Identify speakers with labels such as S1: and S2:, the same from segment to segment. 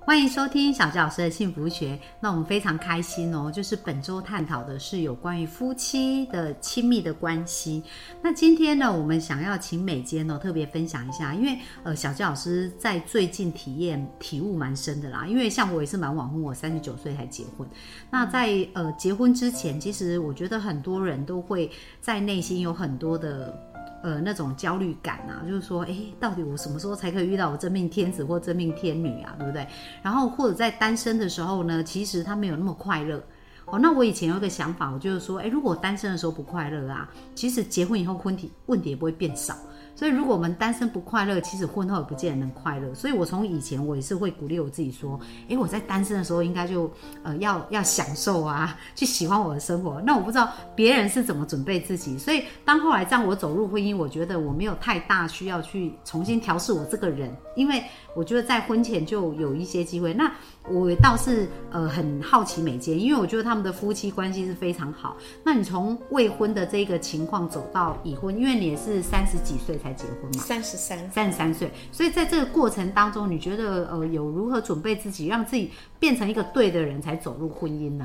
S1: 欢迎收听小纪老师的幸福学。那我们非常开心哦，就是本周探讨的是有关于夫妻的亲密的关系。那今天呢，我们想要请美娟呢特别分享一下，因为呃，小纪老师在最近体验体悟蛮深的啦。因为像我也是蛮晚婚，我三十九岁才结婚。那在呃结婚之前，其实我觉得很多人都会在内心有很多的呃那种焦虑感啊，就是说，诶，到底我什么时候才可以遇到我真命天子或真命天女啊，对不对？然后或者在单身的时候呢，其实他没有那么快乐。哦，那我以前有一个想法，我就是说，哎诶，如果单身的时候不快乐啊，其实结婚以后婚题问题也不会变少。所以如果我们单身不快乐，其实婚后也不见得能快乐。所以我从以前我也是会鼓励我自己说，诶，我在单身的时候应该就呃要要享受啊， 去喜欢我的生活。那我不知道别人是怎么准备自己，所以当后来让我走入婚姻，我觉得我没有太大需要去重新调试我这个人，因为我觉得在婚前就有一些机会。那我倒是呃很好奇美杰，因为我觉得他们的夫妻关系是非常好。那你从未婚的这个情况走到已婚，因为你也是三十几岁才结婚嘛，
S2: 三十三，
S1: 三十三岁，所以在这个过程当中，你觉得呃有如何准备自己，让自己变成一个对的人才走入婚姻呢？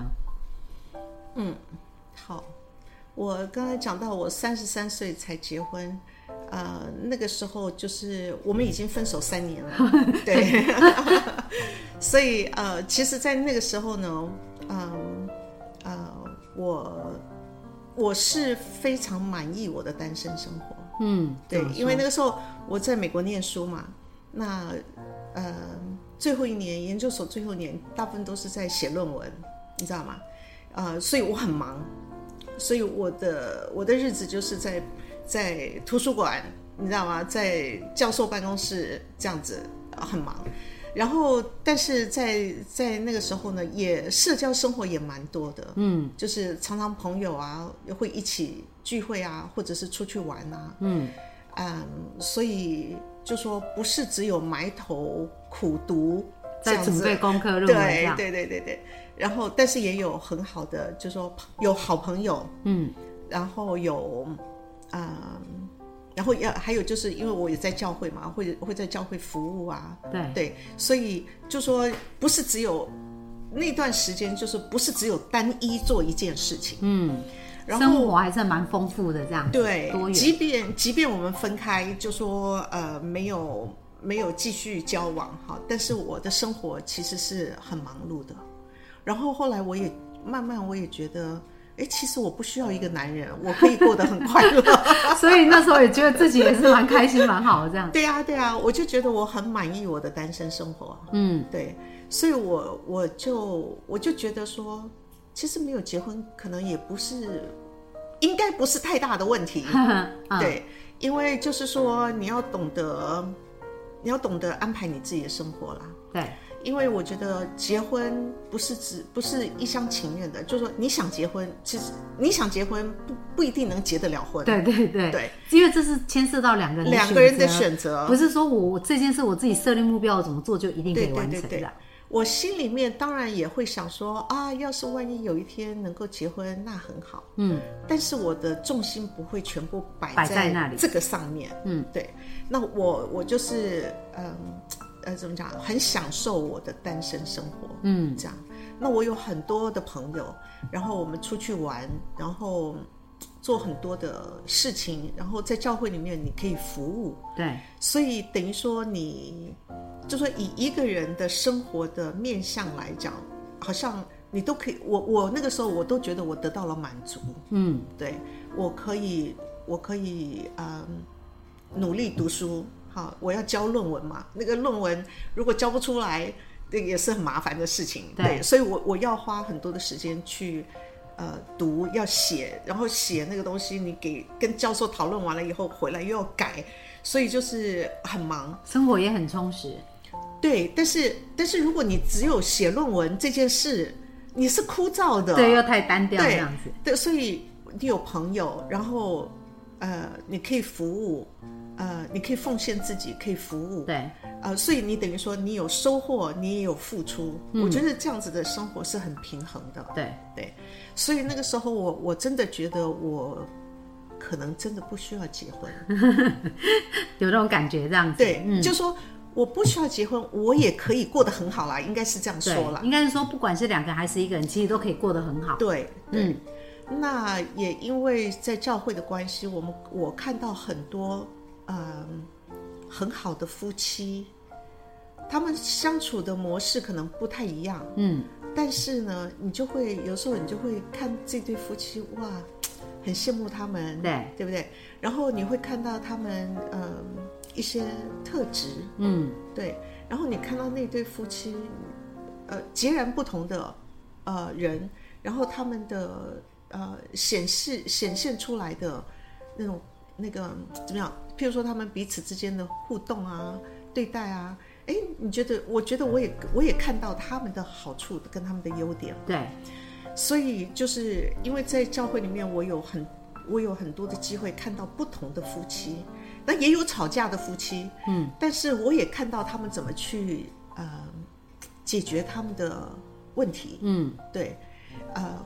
S2: 好，我刚才讲到我三十三岁才结婚，呃，那个时候就是我们已经分手三年了，对，所以呃，其实，在那个时候呢，嗯呃我我是非常满意我的单身生活，
S1: 嗯，
S2: 对
S1: 怎么，说
S2: 因为那个时候我在美国念书嘛，那呃最后一年研究所最后一年，大部分都是在写论文，你知道吗？呃，所以我很忙，所以我的我的日子就是在在图书馆，你知道吗？在教授办公室这样子、呃很忙。然后，但是在在那个时候呢，也社交生活也蛮多的，嗯，就是常常朋友啊会一起聚会啊，或者是出去玩啊，嗯，所以就说不是只有埋头苦读这
S1: 在
S2: 样
S1: 准
S2: 子，
S1: 备功课论文这
S2: 对
S1: 样，
S2: 对对对对。然后，但是也有很好的，就说有好朋友，
S1: 嗯，
S2: 然后有，嗯，然后要还有就是因为我也在教会嘛，会会在教会服务啊，
S1: 对，
S2: 对，所以就说不是只有那段时间，就是不是只有单一做一件事情，
S1: 嗯，
S2: 然后
S1: 生活还是蛮丰富的这样子，
S2: 对
S1: 多，元
S2: 即便即便我们分开，就说呃没有没有继续交往哈，但是我的生活其实是很忙碌的。然后后来我也慢慢我也觉得，哎，其实我不需要一个男人，我可以过得很快乐。
S1: 所以那时候也觉得自己也是蛮开心、蛮好的这样，
S2: 对啊，对啊，我就觉得我很满意我的单身生活。啊
S1: 嗯，
S2: 对，所以我我就我就觉得说，其实没有结婚可能也不是，应该不是太大的问题。
S1: 嗯
S2: 对，因为就是说你要懂得，你要懂得安排你自己的生活啦。
S1: 对，
S2: 因为我觉得结婚不是只不是一厢情愿的，就是说你想结婚，其实你想结婚不不一定能结得了婚。
S1: 对对对
S2: 对，
S1: 因为这是牵涉到两个人的
S2: 两个人的
S1: 择
S2: 选择
S1: 不是说我我这件事我自己设定目标我怎么做就一定可以
S2: 对对
S1: 完
S2: 对
S1: 成
S2: 对
S1: 的，
S2: 我心里面当然也会想说啊，要是万一有一天能够结婚，那很好。
S1: 嗯，
S2: 但是我的重心不会全部摆
S1: 摆在那里
S2: 这个上面。
S1: 嗯，
S2: 对。那我我就是嗯呃怎么讲，很享受我的单身生活。
S1: 嗯，
S2: 这样。那我有很多的朋友，然后我们出去玩，然后做很多的事情，然后在教会里面你可以服务，
S1: 对，
S2: 所以等于说你，就说以一个人的生活的面向来讲，好像你都可以。我我那个时候我都觉得我得到了满足，
S1: 嗯
S2: 对我可以，我可以，嗯，努力读书。好，我要交论文嘛，那个论文如果交不出来，那也是很麻烦的事情。
S1: 对
S2: 所以我我要花很多的时间去。呃，读要写，然后写那个东西，你给跟教授讨论完了以后，回来又要改，所以就是很忙。
S1: 生活也很充实，
S2: 对，但是但是如果你只有写论文这件事，你是枯燥的。
S1: 对，又太单调这
S2: 对
S1: 样子，
S2: 对，所以你有朋友，然后呃，你可以服务，嗯、呃，你可以奉献自己，可以服务，
S1: 对，
S2: 呃，所以你等于说你有收获，你也有付出，
S1: 嗯
S2: 我觉得这样子的生活是很平衡的。
S1: 对，
S2: 所以那个时候我我真的觉得我可能真的不需要结婚，
S1: 嗯有那种感觉这样子。
S2: 对，就说我不需要结婚，我也可以过得很好啦，应该是这样说
S1: 对，
S2: 啦。
S1: 应该是说不管是两个还是一个人，其实都可以过得很好。
S2: 对，
S1: 嗯，
S2: 那也因为在教会的关系，我们我看到很多嗯很好的夫妻，他们相处的模式可能不太一样，
S1: 嗯，
S2: 但是呢，你就会有时候你就会看这对夫妻，哇，很羡慕他们，
S1: 对，
S2: 对不对？然后你会看到他们嗯一些特质，
S1: 嗯，
S2: 对，然后你看到那对夫妻，呃，截然不同的呃人，然后他们的呃显示显现出来的那种那个嗯怎么样？譬如说他们彼此之间的互动啊、对待啊，哎，你觉得？我觉得我也我也看到他们的好处跟他们的优点，
S1: 对，
S2: 所以就是因为在教会里面，我有很我有很多的机会看到不同的夫妻，那也有吵架的夫妻，嗯，但是我也看到他们怎么去呃解决他们的问题，
S1: 嗯，
S2: 对，呃，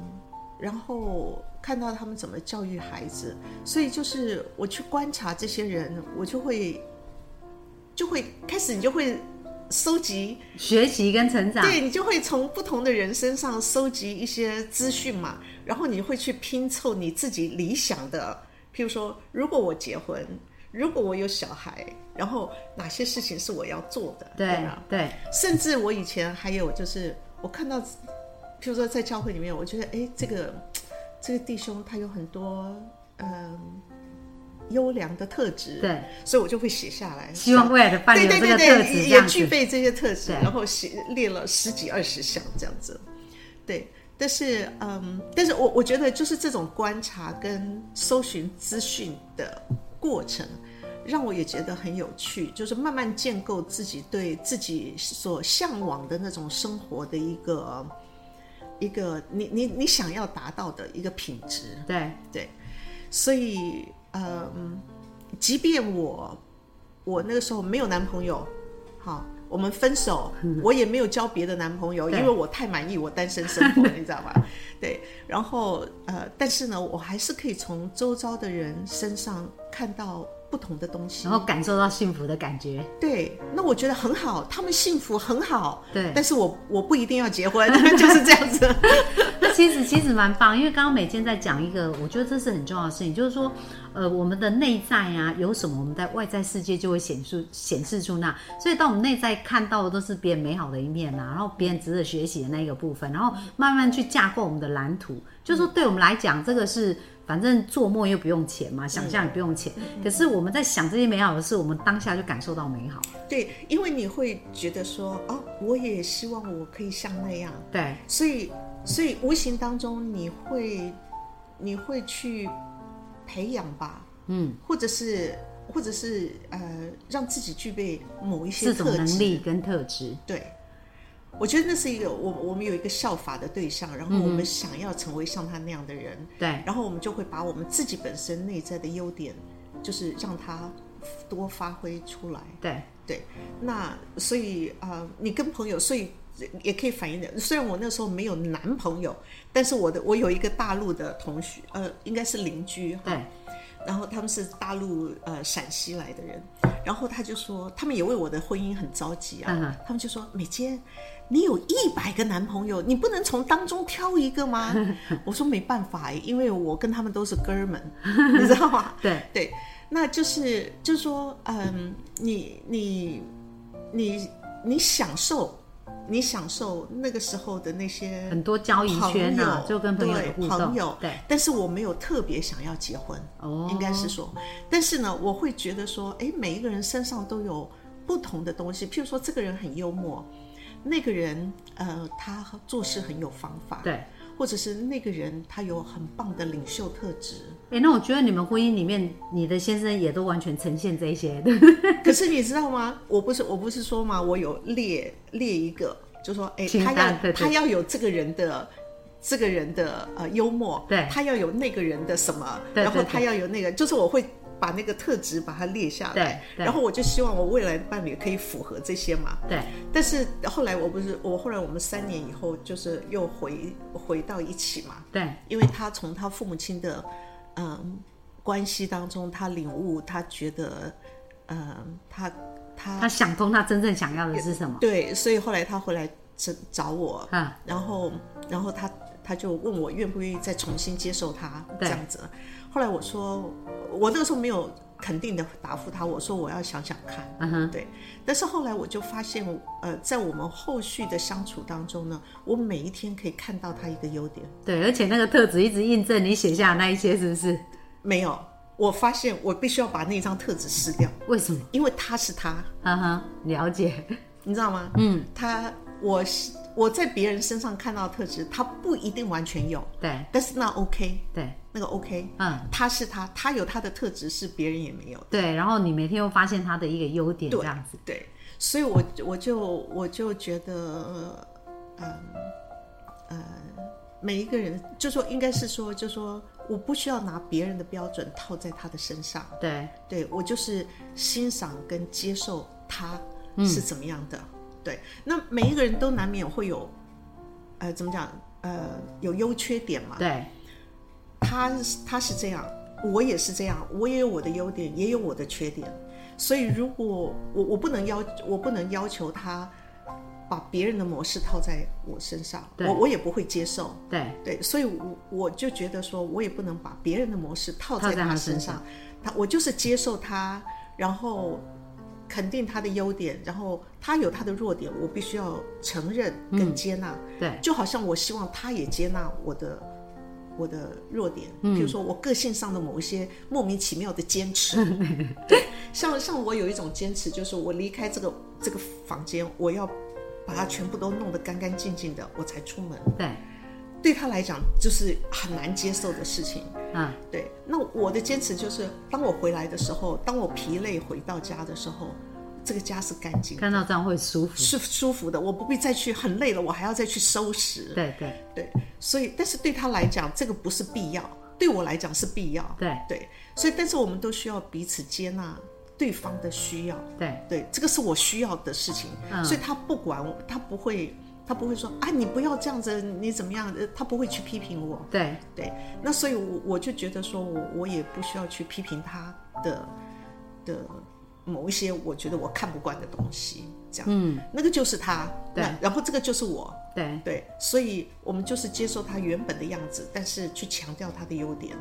S2: 然后看到他们怎么教育孩子，所以就是我去观察这些人，我就会就会开始你就会收集。
S1: 学习跟成长，
S2: 对你就会从不同的人身上收集一些资讯嘛，
S1: 嗯
S2: 然后你会去拼凑你自己理想的，譬如说，如果我结婚，如果我有小孩，然后哪些事情是我要做的，对啊
S1: 对
S2: 吧？
S1: 对
S2: 甚至我以前还有就是，我看到，譬如说在教会里面，我觉得哎，这个这个弟兄他有很多嗯、优良的特质，
S1: 对，
S2: 所以我就会写下来，
S1: 希望未来的伴侣
S2: 对
S1: 有这个
S2: 对对
S1: 特
S2: 对，
S1: 质，这
S2: 也
S1: 样
S2: 具
S1: 子。
S2: 备这些特质，
S1: 对
S2: 然后写列了十几二十项这样子，对。但是，嗯，但是我我觉得就是这种观察跟搜寻资讯的过程，让我也觉得很有趣，就是慢慢建构自己对自己所向往的那种生活的一个一个你你你想要达到的一个品质。
S1: 对，
S2: 所以，嗯，即便我我那个时候没有男朋友，好，我们分手，我也没有交别的男朋友，因
S1: 嗯对
S2: 为我太满意我单身生 活，你知道吧？对，然后呃，但是呢，我还是可以从周遭的人身上看到不同的东西
S1: 然。后感受到幸福的感觉，
S2: 对，那我觉得很好，他们幸福很好。
S1: 对
S2: 但是我我不一定要结婚， 就是这样子。
S1: 那其实其实蛮棒，因为刚刚美健在讲一个，我觉得这是很重要的事情，就是说，呃，我们的内在啊有什么，我们在外在世界就会显出显示出那，所以当我们内在看到的都是别人美好的一面啊，然后别人值得学习的那一个部分，然后慢慢去架构我们的蓝图，就是
S2: 嗯
S1: 说对我们来讲，这个是。反正做梦又不用钱嘛，想象也不用钱。
S2: 嗯
S1: 可是我们在想这些美好的事，我们当下就感受到美好。
S2: 对，因为你会觉得说，哦，我也希望我可以像那样。
S1: 对
S2: 所以，所以无形当中你会，你会去培养吧，
S1: 嗯，
S2: 或者是，或者是呃，让自己具备某一些
S1: 这种
S2: 特
S1: 能
S2: 质。
S1: 力跟特质，
S2: 对，我觉得那是一个我我们有一个效法的对象，
S1: 嗯
S2: 然后我们想要成为像他那样的人，
S1: 对
S2: 然后我们就会把我们自己本身内在的优点，就是让他多发挥出来。
S1: 对
S2: 对，那所以呃，你跟朋友，所以也可以反映的。虽然我那时候没有男朋友，但是我的我有一个大陆的同学，呃，应该是邻居，
S1: 对，
S2: 然后他们是大陆呃陕西来的人，然后他就说，他们也为我的婚姻很着急啊，
S1: 嗯哼
S2: 他们就说，美娟，你有一百个男朋友，你不能从当中挑一个吗？ 我说没办法，欸因为我跟他们都是哥们，你知道吗？
S1: 对
S2: 对，那就是就是说，嗯，你你你你享受，你享受那个时候的那些
S1: 很多交易圈啊，就跟朋友的互
S2: 对
S1: 动，
S2: 朋友
S1: 对，
S2: 但是我没有特别想要结婚，
S1: 哦，
S2: 应该是说，但是呢，我会觉得说，哎，每一个人身上都有不同的东西，譬如说这个人很幽默，那个人呃他做事很有方法，
S1: 对。
S2: 或者是那个人他有很棒的领袖特质，
S1: 哎、那我觉得你们婚姻里面，你的先生也都完全呈现这一些，对
S2: 可是你知道吗？我不是我不是说嘛，我有列列一个，就说哎、
S1: 清
S2: 他
S1: 单
S2: 要
S1: 对对
S2: 他要有这个人的。这个人的呃幽默，
S1: 对
S2: 他要有那个人的什么，
S1: 对对
S2: 然后
S1: 对
S2: 他要有那个，就是我会把那个特质把它列下来，
S1: 对对
S2: 然后我就希望我未来的伴侣可以符合这些嘛。
S1: 对，
S2: 但是后来我不是我后来我们三年以后就是又回回到一起嘛，
S1: 对，
S2: 因为他从他父母亲的嗯关系当中，他领悟，他觉得嗯他他
S1: 他想通他真正想要的是什么
S2: 对，所以后来他回来找找我，
S1: 啊？
S2: 然后然后他他就问我愿不愿意再重新接受他这
S1: 对
S2: 样子。后来我说我那个时候没有肯定的答复他，我说我要想想看。
S1: 嗯哼，
S2: 对，但是后来我就发现，呃，在我们后续的相处当中呢，我每一天可以看到他一个优点。
S1: 对，而且那个特质一直印证你写下的那一些，是不是？
S2: 没有，我发现我必须要把那张特质撕掉，
S1: 为什么？
S2: 因为他是他，
S1: 嗯哼，了解，
S2: 你知道吗？
S1: 嗯，
S2: 他我是我在别人身上看到的特质，他不一定完全有，
S1: 对
S2: 但是那 OK，
S1: 对，
S2: 那个 OK，
S1: 嗯。
S2: 他是他，他有他的特质是别人也没有的。
S1: 对，然后你每天又发现他的一个优点，这样子，
S2: 对，所以我我就我就觉得，呃嗯呃，每一个人就说应该是说，就说我不需要拿别人的标准套在他的身上，
S1: 对
S2: 对我就是欣赏跟接受他
S1: 嗯
S2: 是怎么样的。对，那每一个人都难免会有，呃，怎么讲？呃，有优缺点嘛。
S1: 对
S2: 他是他是这样，我也是这样，我也有我的优点，也有我的缺点。所以如果我我不能要我不能要求他把别人的模式套在我身上，
S1: 对
S2: 我我也不会接受。
S1: 对
S2: 对，所以我我就觉得说，我也不能把别人的模式套
S1: 套
S2: 在
S1: 在他
S2: 他
S1: 身
S2: 身上，他我就是接受他，然后肯定他的优点，然后他有他的弱点，我必须要承认跟接纳。
S1: 对
S2: 就好像我希望他也接纳我的我的弱点，比如说我个性上的某一些莫名其妙的坚 持。对，像像我有一种坚持，就是我离开这个这个房间，我要把它全部都弄得干干净净的，我才出门。
S1: 对，
S2: 对他来讲，就是很难接受的事情。
S1: 嗯，
S2: 对，那我的坚持就是，当我回来的时候，当我疲累回到家的时候，这个家是干净的。
S1: 看到这样会舒服，
S2: 是舒服的，我不必再去很累了，我还要再去收拾。
S1: 对对
S2: 对，所以但是对他来讲，这个不是必要；对我来讲是必要。
S1: 对
S2: 对，所以但是我们都需要彼此接纳对方的需要。
S1: 对
S2: 对，这个是我需要的事情，
S1: 嗯
S2: 所以他不管我，他不会，他不会说啊，你不要这样子，你怎么样？呃他不会去批评我。
S1: 对
S2: 对，那所以我我就觉得说我我也不需要去批评他的的某一些我觉得我看不惯的东西，这样，嗯，那个就是他，
S1: 对
S2: 那，然后这个就是我，
S1: 对
S2: 对，所以我们就是接受他原本的样子，但是去强调他的优点，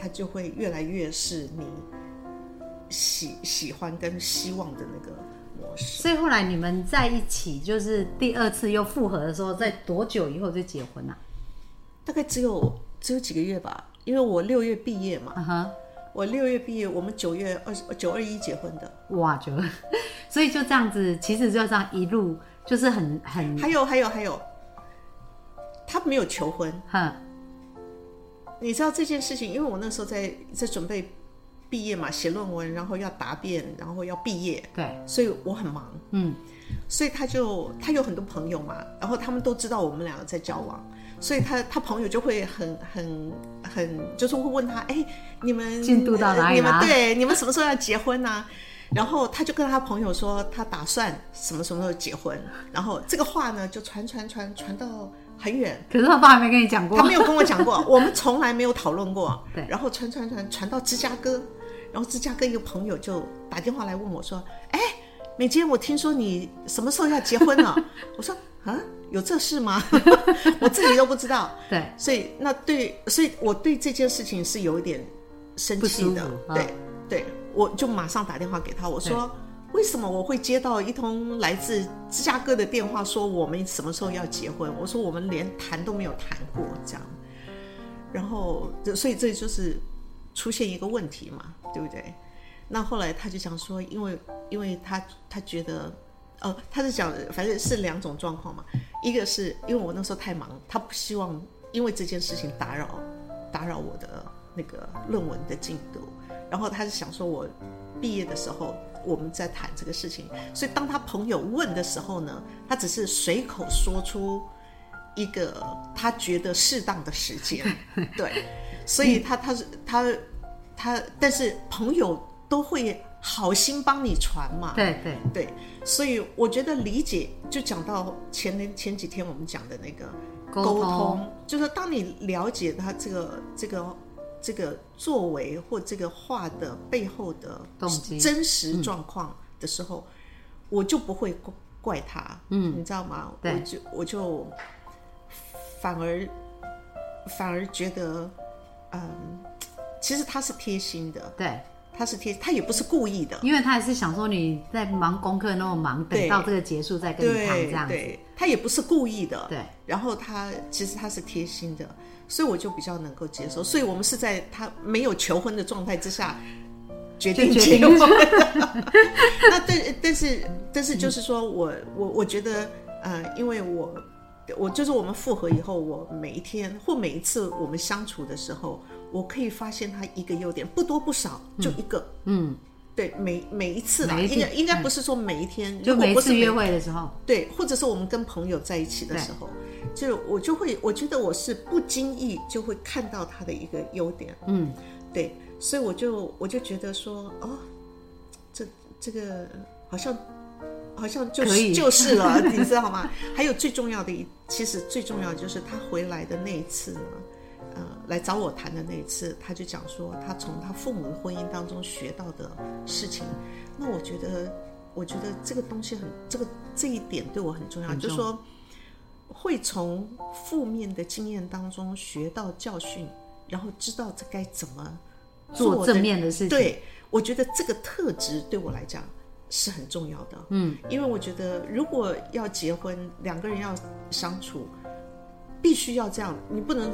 S2: 他就会越来越是你喜喜欢跟希望的那个模式。
S1: 所以后来你们在一起，就是第二次又复合的时候，在多久以后就结婚啊了、
S2: 大概只有只有几个月吧，因为我六月毕业嘛，
S1: 嗯哼，
S2: 我六月毕业，我们九月二十九二一结婚的。
S1: 哇，就，所以就这样子，其实就这样一路就是很很
S2: 还有还有还有，他没有求婚。
S1: 很
S2: 你知道这件事情，因为我那时候在在准备毕业嘛，写论文，然后要答辩，然后要毕业，
S1: 对，
S2: 所以我很忙。
S1: 嗯，
S2: 所以他就他有很多朋友嘛，然后他们都知道我们两个在交往，所以他他朋友就会很很很，就是会问他，哎，你们呃
S1: 进度到哪里
S2: 你们
S1: 啦
S2: 对，你们什么时候要结婚呢、然后他就跟他朋友说，他打算什么什么时候结婚。然后这个话呢，就传传传传到很远，
S1: 可是他爸还没跟你讲过
S2: 他，没有跟我 讲过，我们从来没有讨论过。
S1: 对
S2: 然后传传传传到芝加哥，然后芝加哥一个朋友就打电话来问我说：“哎，美娟，我听说你什么时候要结婚了？”我说：“啊，有这事吗？ 我自己都不知道。
S1: 对”
S2: 所以那对，所以我对这件事情是有一点生气的
S1: 不舒。服啊
S2: 对对，我就马上打电话给他，我说。为什么我会接到一通来自芝加哥的电话，说我们什么时候要结婚？我说我们连谈都没有谈过，这样。然后，这所以这就是出现一个问题嘛，对不对？那后来他就讲说，因为因为他他觉得，呃，他是讲反正是两种状况嘛，一个是因为我那时候太忙，他不希望因为这件事情打扰打扰我的那个论文的进度，然后他是想说我毕业的时候我们再谈这个事情，所以当他朋友问的时候呢，他只是随口说出一个他觉得适当的时间，对，所以他他是他他但是朋友都会好心帮你传嘛，
S1: 对对，
S2: 对，所以我觉得理解就讲到前前几天我们讲的那个
S1: 沟
S2: 通，
S1: 通
S2: 就是当你了解他这个这个这个作为或这个话的背后的
S1: 动机
S2: 真实状况的时候，我就不会怪怪他，嗯，你知道吗？
S1: 对
S2: 我就我就反而反而觉得，嗯，其实他是贴心的，
S1: 对，
S2: 他是贴，他也不是故意的。
S1: 因为他也是想说你在忙功课那么忙，等
S2: 对
S1: 到这个结束再跟你谈这样子。
S2: 对，他也不是故意的。
S1: 对，
S2: 然后他其实他是贴心的，所以我就比较能够接受。所以我们是在他没有求婚的状态之下决定
S1: 就决
S2: 结
S1: 定
S2: 婚。那但但是但是就是说我我我觉得呃，因为我我就是我们复合以后，我每一天或每一次我们相处的时候，我可以发现他一个优点，不多不少，就一个。
S1: 嗯，
S2: 对，每每一次啦，
S1: 每一
S2: 应该
S1: 天
S2: 应该不是说每一天，
S1: 就
S2: 如果
S1: 每一
S2: 不是
S1: 次
S2: 每
S1: 约会的时候，
S2: 对，或者是我们跟朋友在一起的时候，就我就会，我觉得我是不经意就会看到他的一个优点，
S1: 嗯，
S2: 对，所以我就我就觉得说，哦，这这个好像好像就
S1: 可以
S2: 是就 是了，你知道吗？还有最重要的一，其实最重要的就是他回来的那一次呢。呃，来找我谈的那一次，他就讲说他从他父母的婚姻当中学到的事情。那我觉得，我觉得这个东西很，这个这一点对我很重要，
S1: 很重
S2: 就
S1: 要
S2: 是说会从负面的经验当中学到教训，然后知道这该怎么
S1: 做
S2: 的
S1: 正面的事情。
S2: 对，我觉得这个特质对我来讲是很重要的。嗯，因为我觉得如果要结婚，两个人要相处，必须要这样，你不能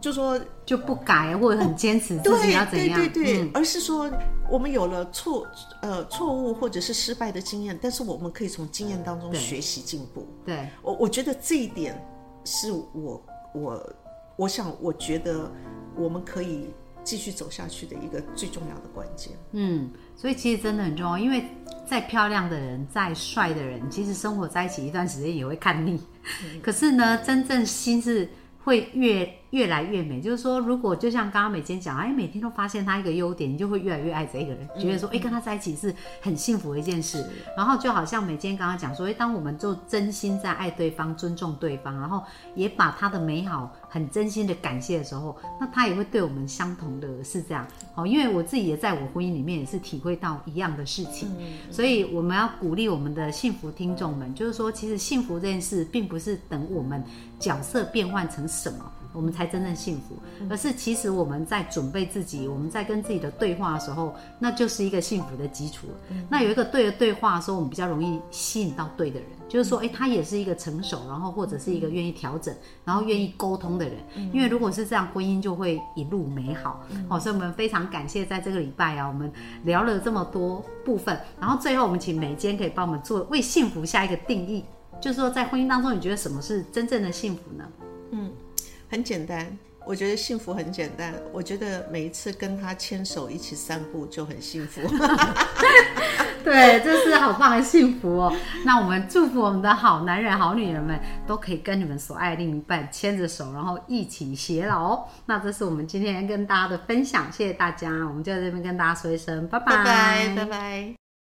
S2: 就说
S1: 就不改或者很坚持自己要
S2: 对
S1: 怎样。
S2: 对对对，
S1: 嗯
S2: 而是说我们有了错呃错误或者是失败的经验，但是我们可以从经验当中
S1: 对
S2: 学习进步。
S1: 对
S2: 我我觉得这一点是我我我想我觉得我们可以继续走下去的一个最重要的关键。
S1: 嗯，所以其实真的很重要，因为再漂亮的人，再帅的人，其实生活在一起一段时间也会看腻。可是呢，真正心是会越越来越美。就是说，如果就像刚刚美娟讲，哎，每天都发现他一个优点，你就会越来越爱这一个人，觉得说，哎，跟他在一起是很幸福的一件事。然后就好像美娟刚刚讲说，哎，当我们就真心在爱对方、尊重对方，然后也把他的美好很真心的感谢的时候，那他也会对我们相同的是这样。好，因为我自己也在我婚姻里面也是体会到一样的事情。所以我们要鼓励我们的幸福听众们，就是说，其实幸福这件事，并不是等我们角色变换成什么，我们才真正幸福，而是其实我们在准备自己，我们在跟自己的对话的时候，那就是一个幸福的基础了。那有一个对的对话的时候，我们比较容易吸引到对的人，就是说，哎，他也是一个成熟，然后或者是一个愿意调整，然后愿意沟通的人。因为如果是这样，婚姻就会一路美好。好、所以我们非常感谢在这个礼拜啊，我们聊了这么多部分，然后最后我们请美坚可以帮我们做为幸福下一个定义，就是说在婚姻当中，你觉得什么是真正的幸福呢？
S2: 很简单，我觉得幸福很简单。我觉得每一次跟他牵手一起散步就很幸 福。
S1: 对，这是好棒的幸福哦！那我们祝福我们的好男人、好女人们都可以跟你们所爱的另一半牵着手，然后一起偕老哦。那这是我们今天跟大家的分享，谢谢大家，我们就在这边跟大家说一声拜
S2: 拜拜，拜拜。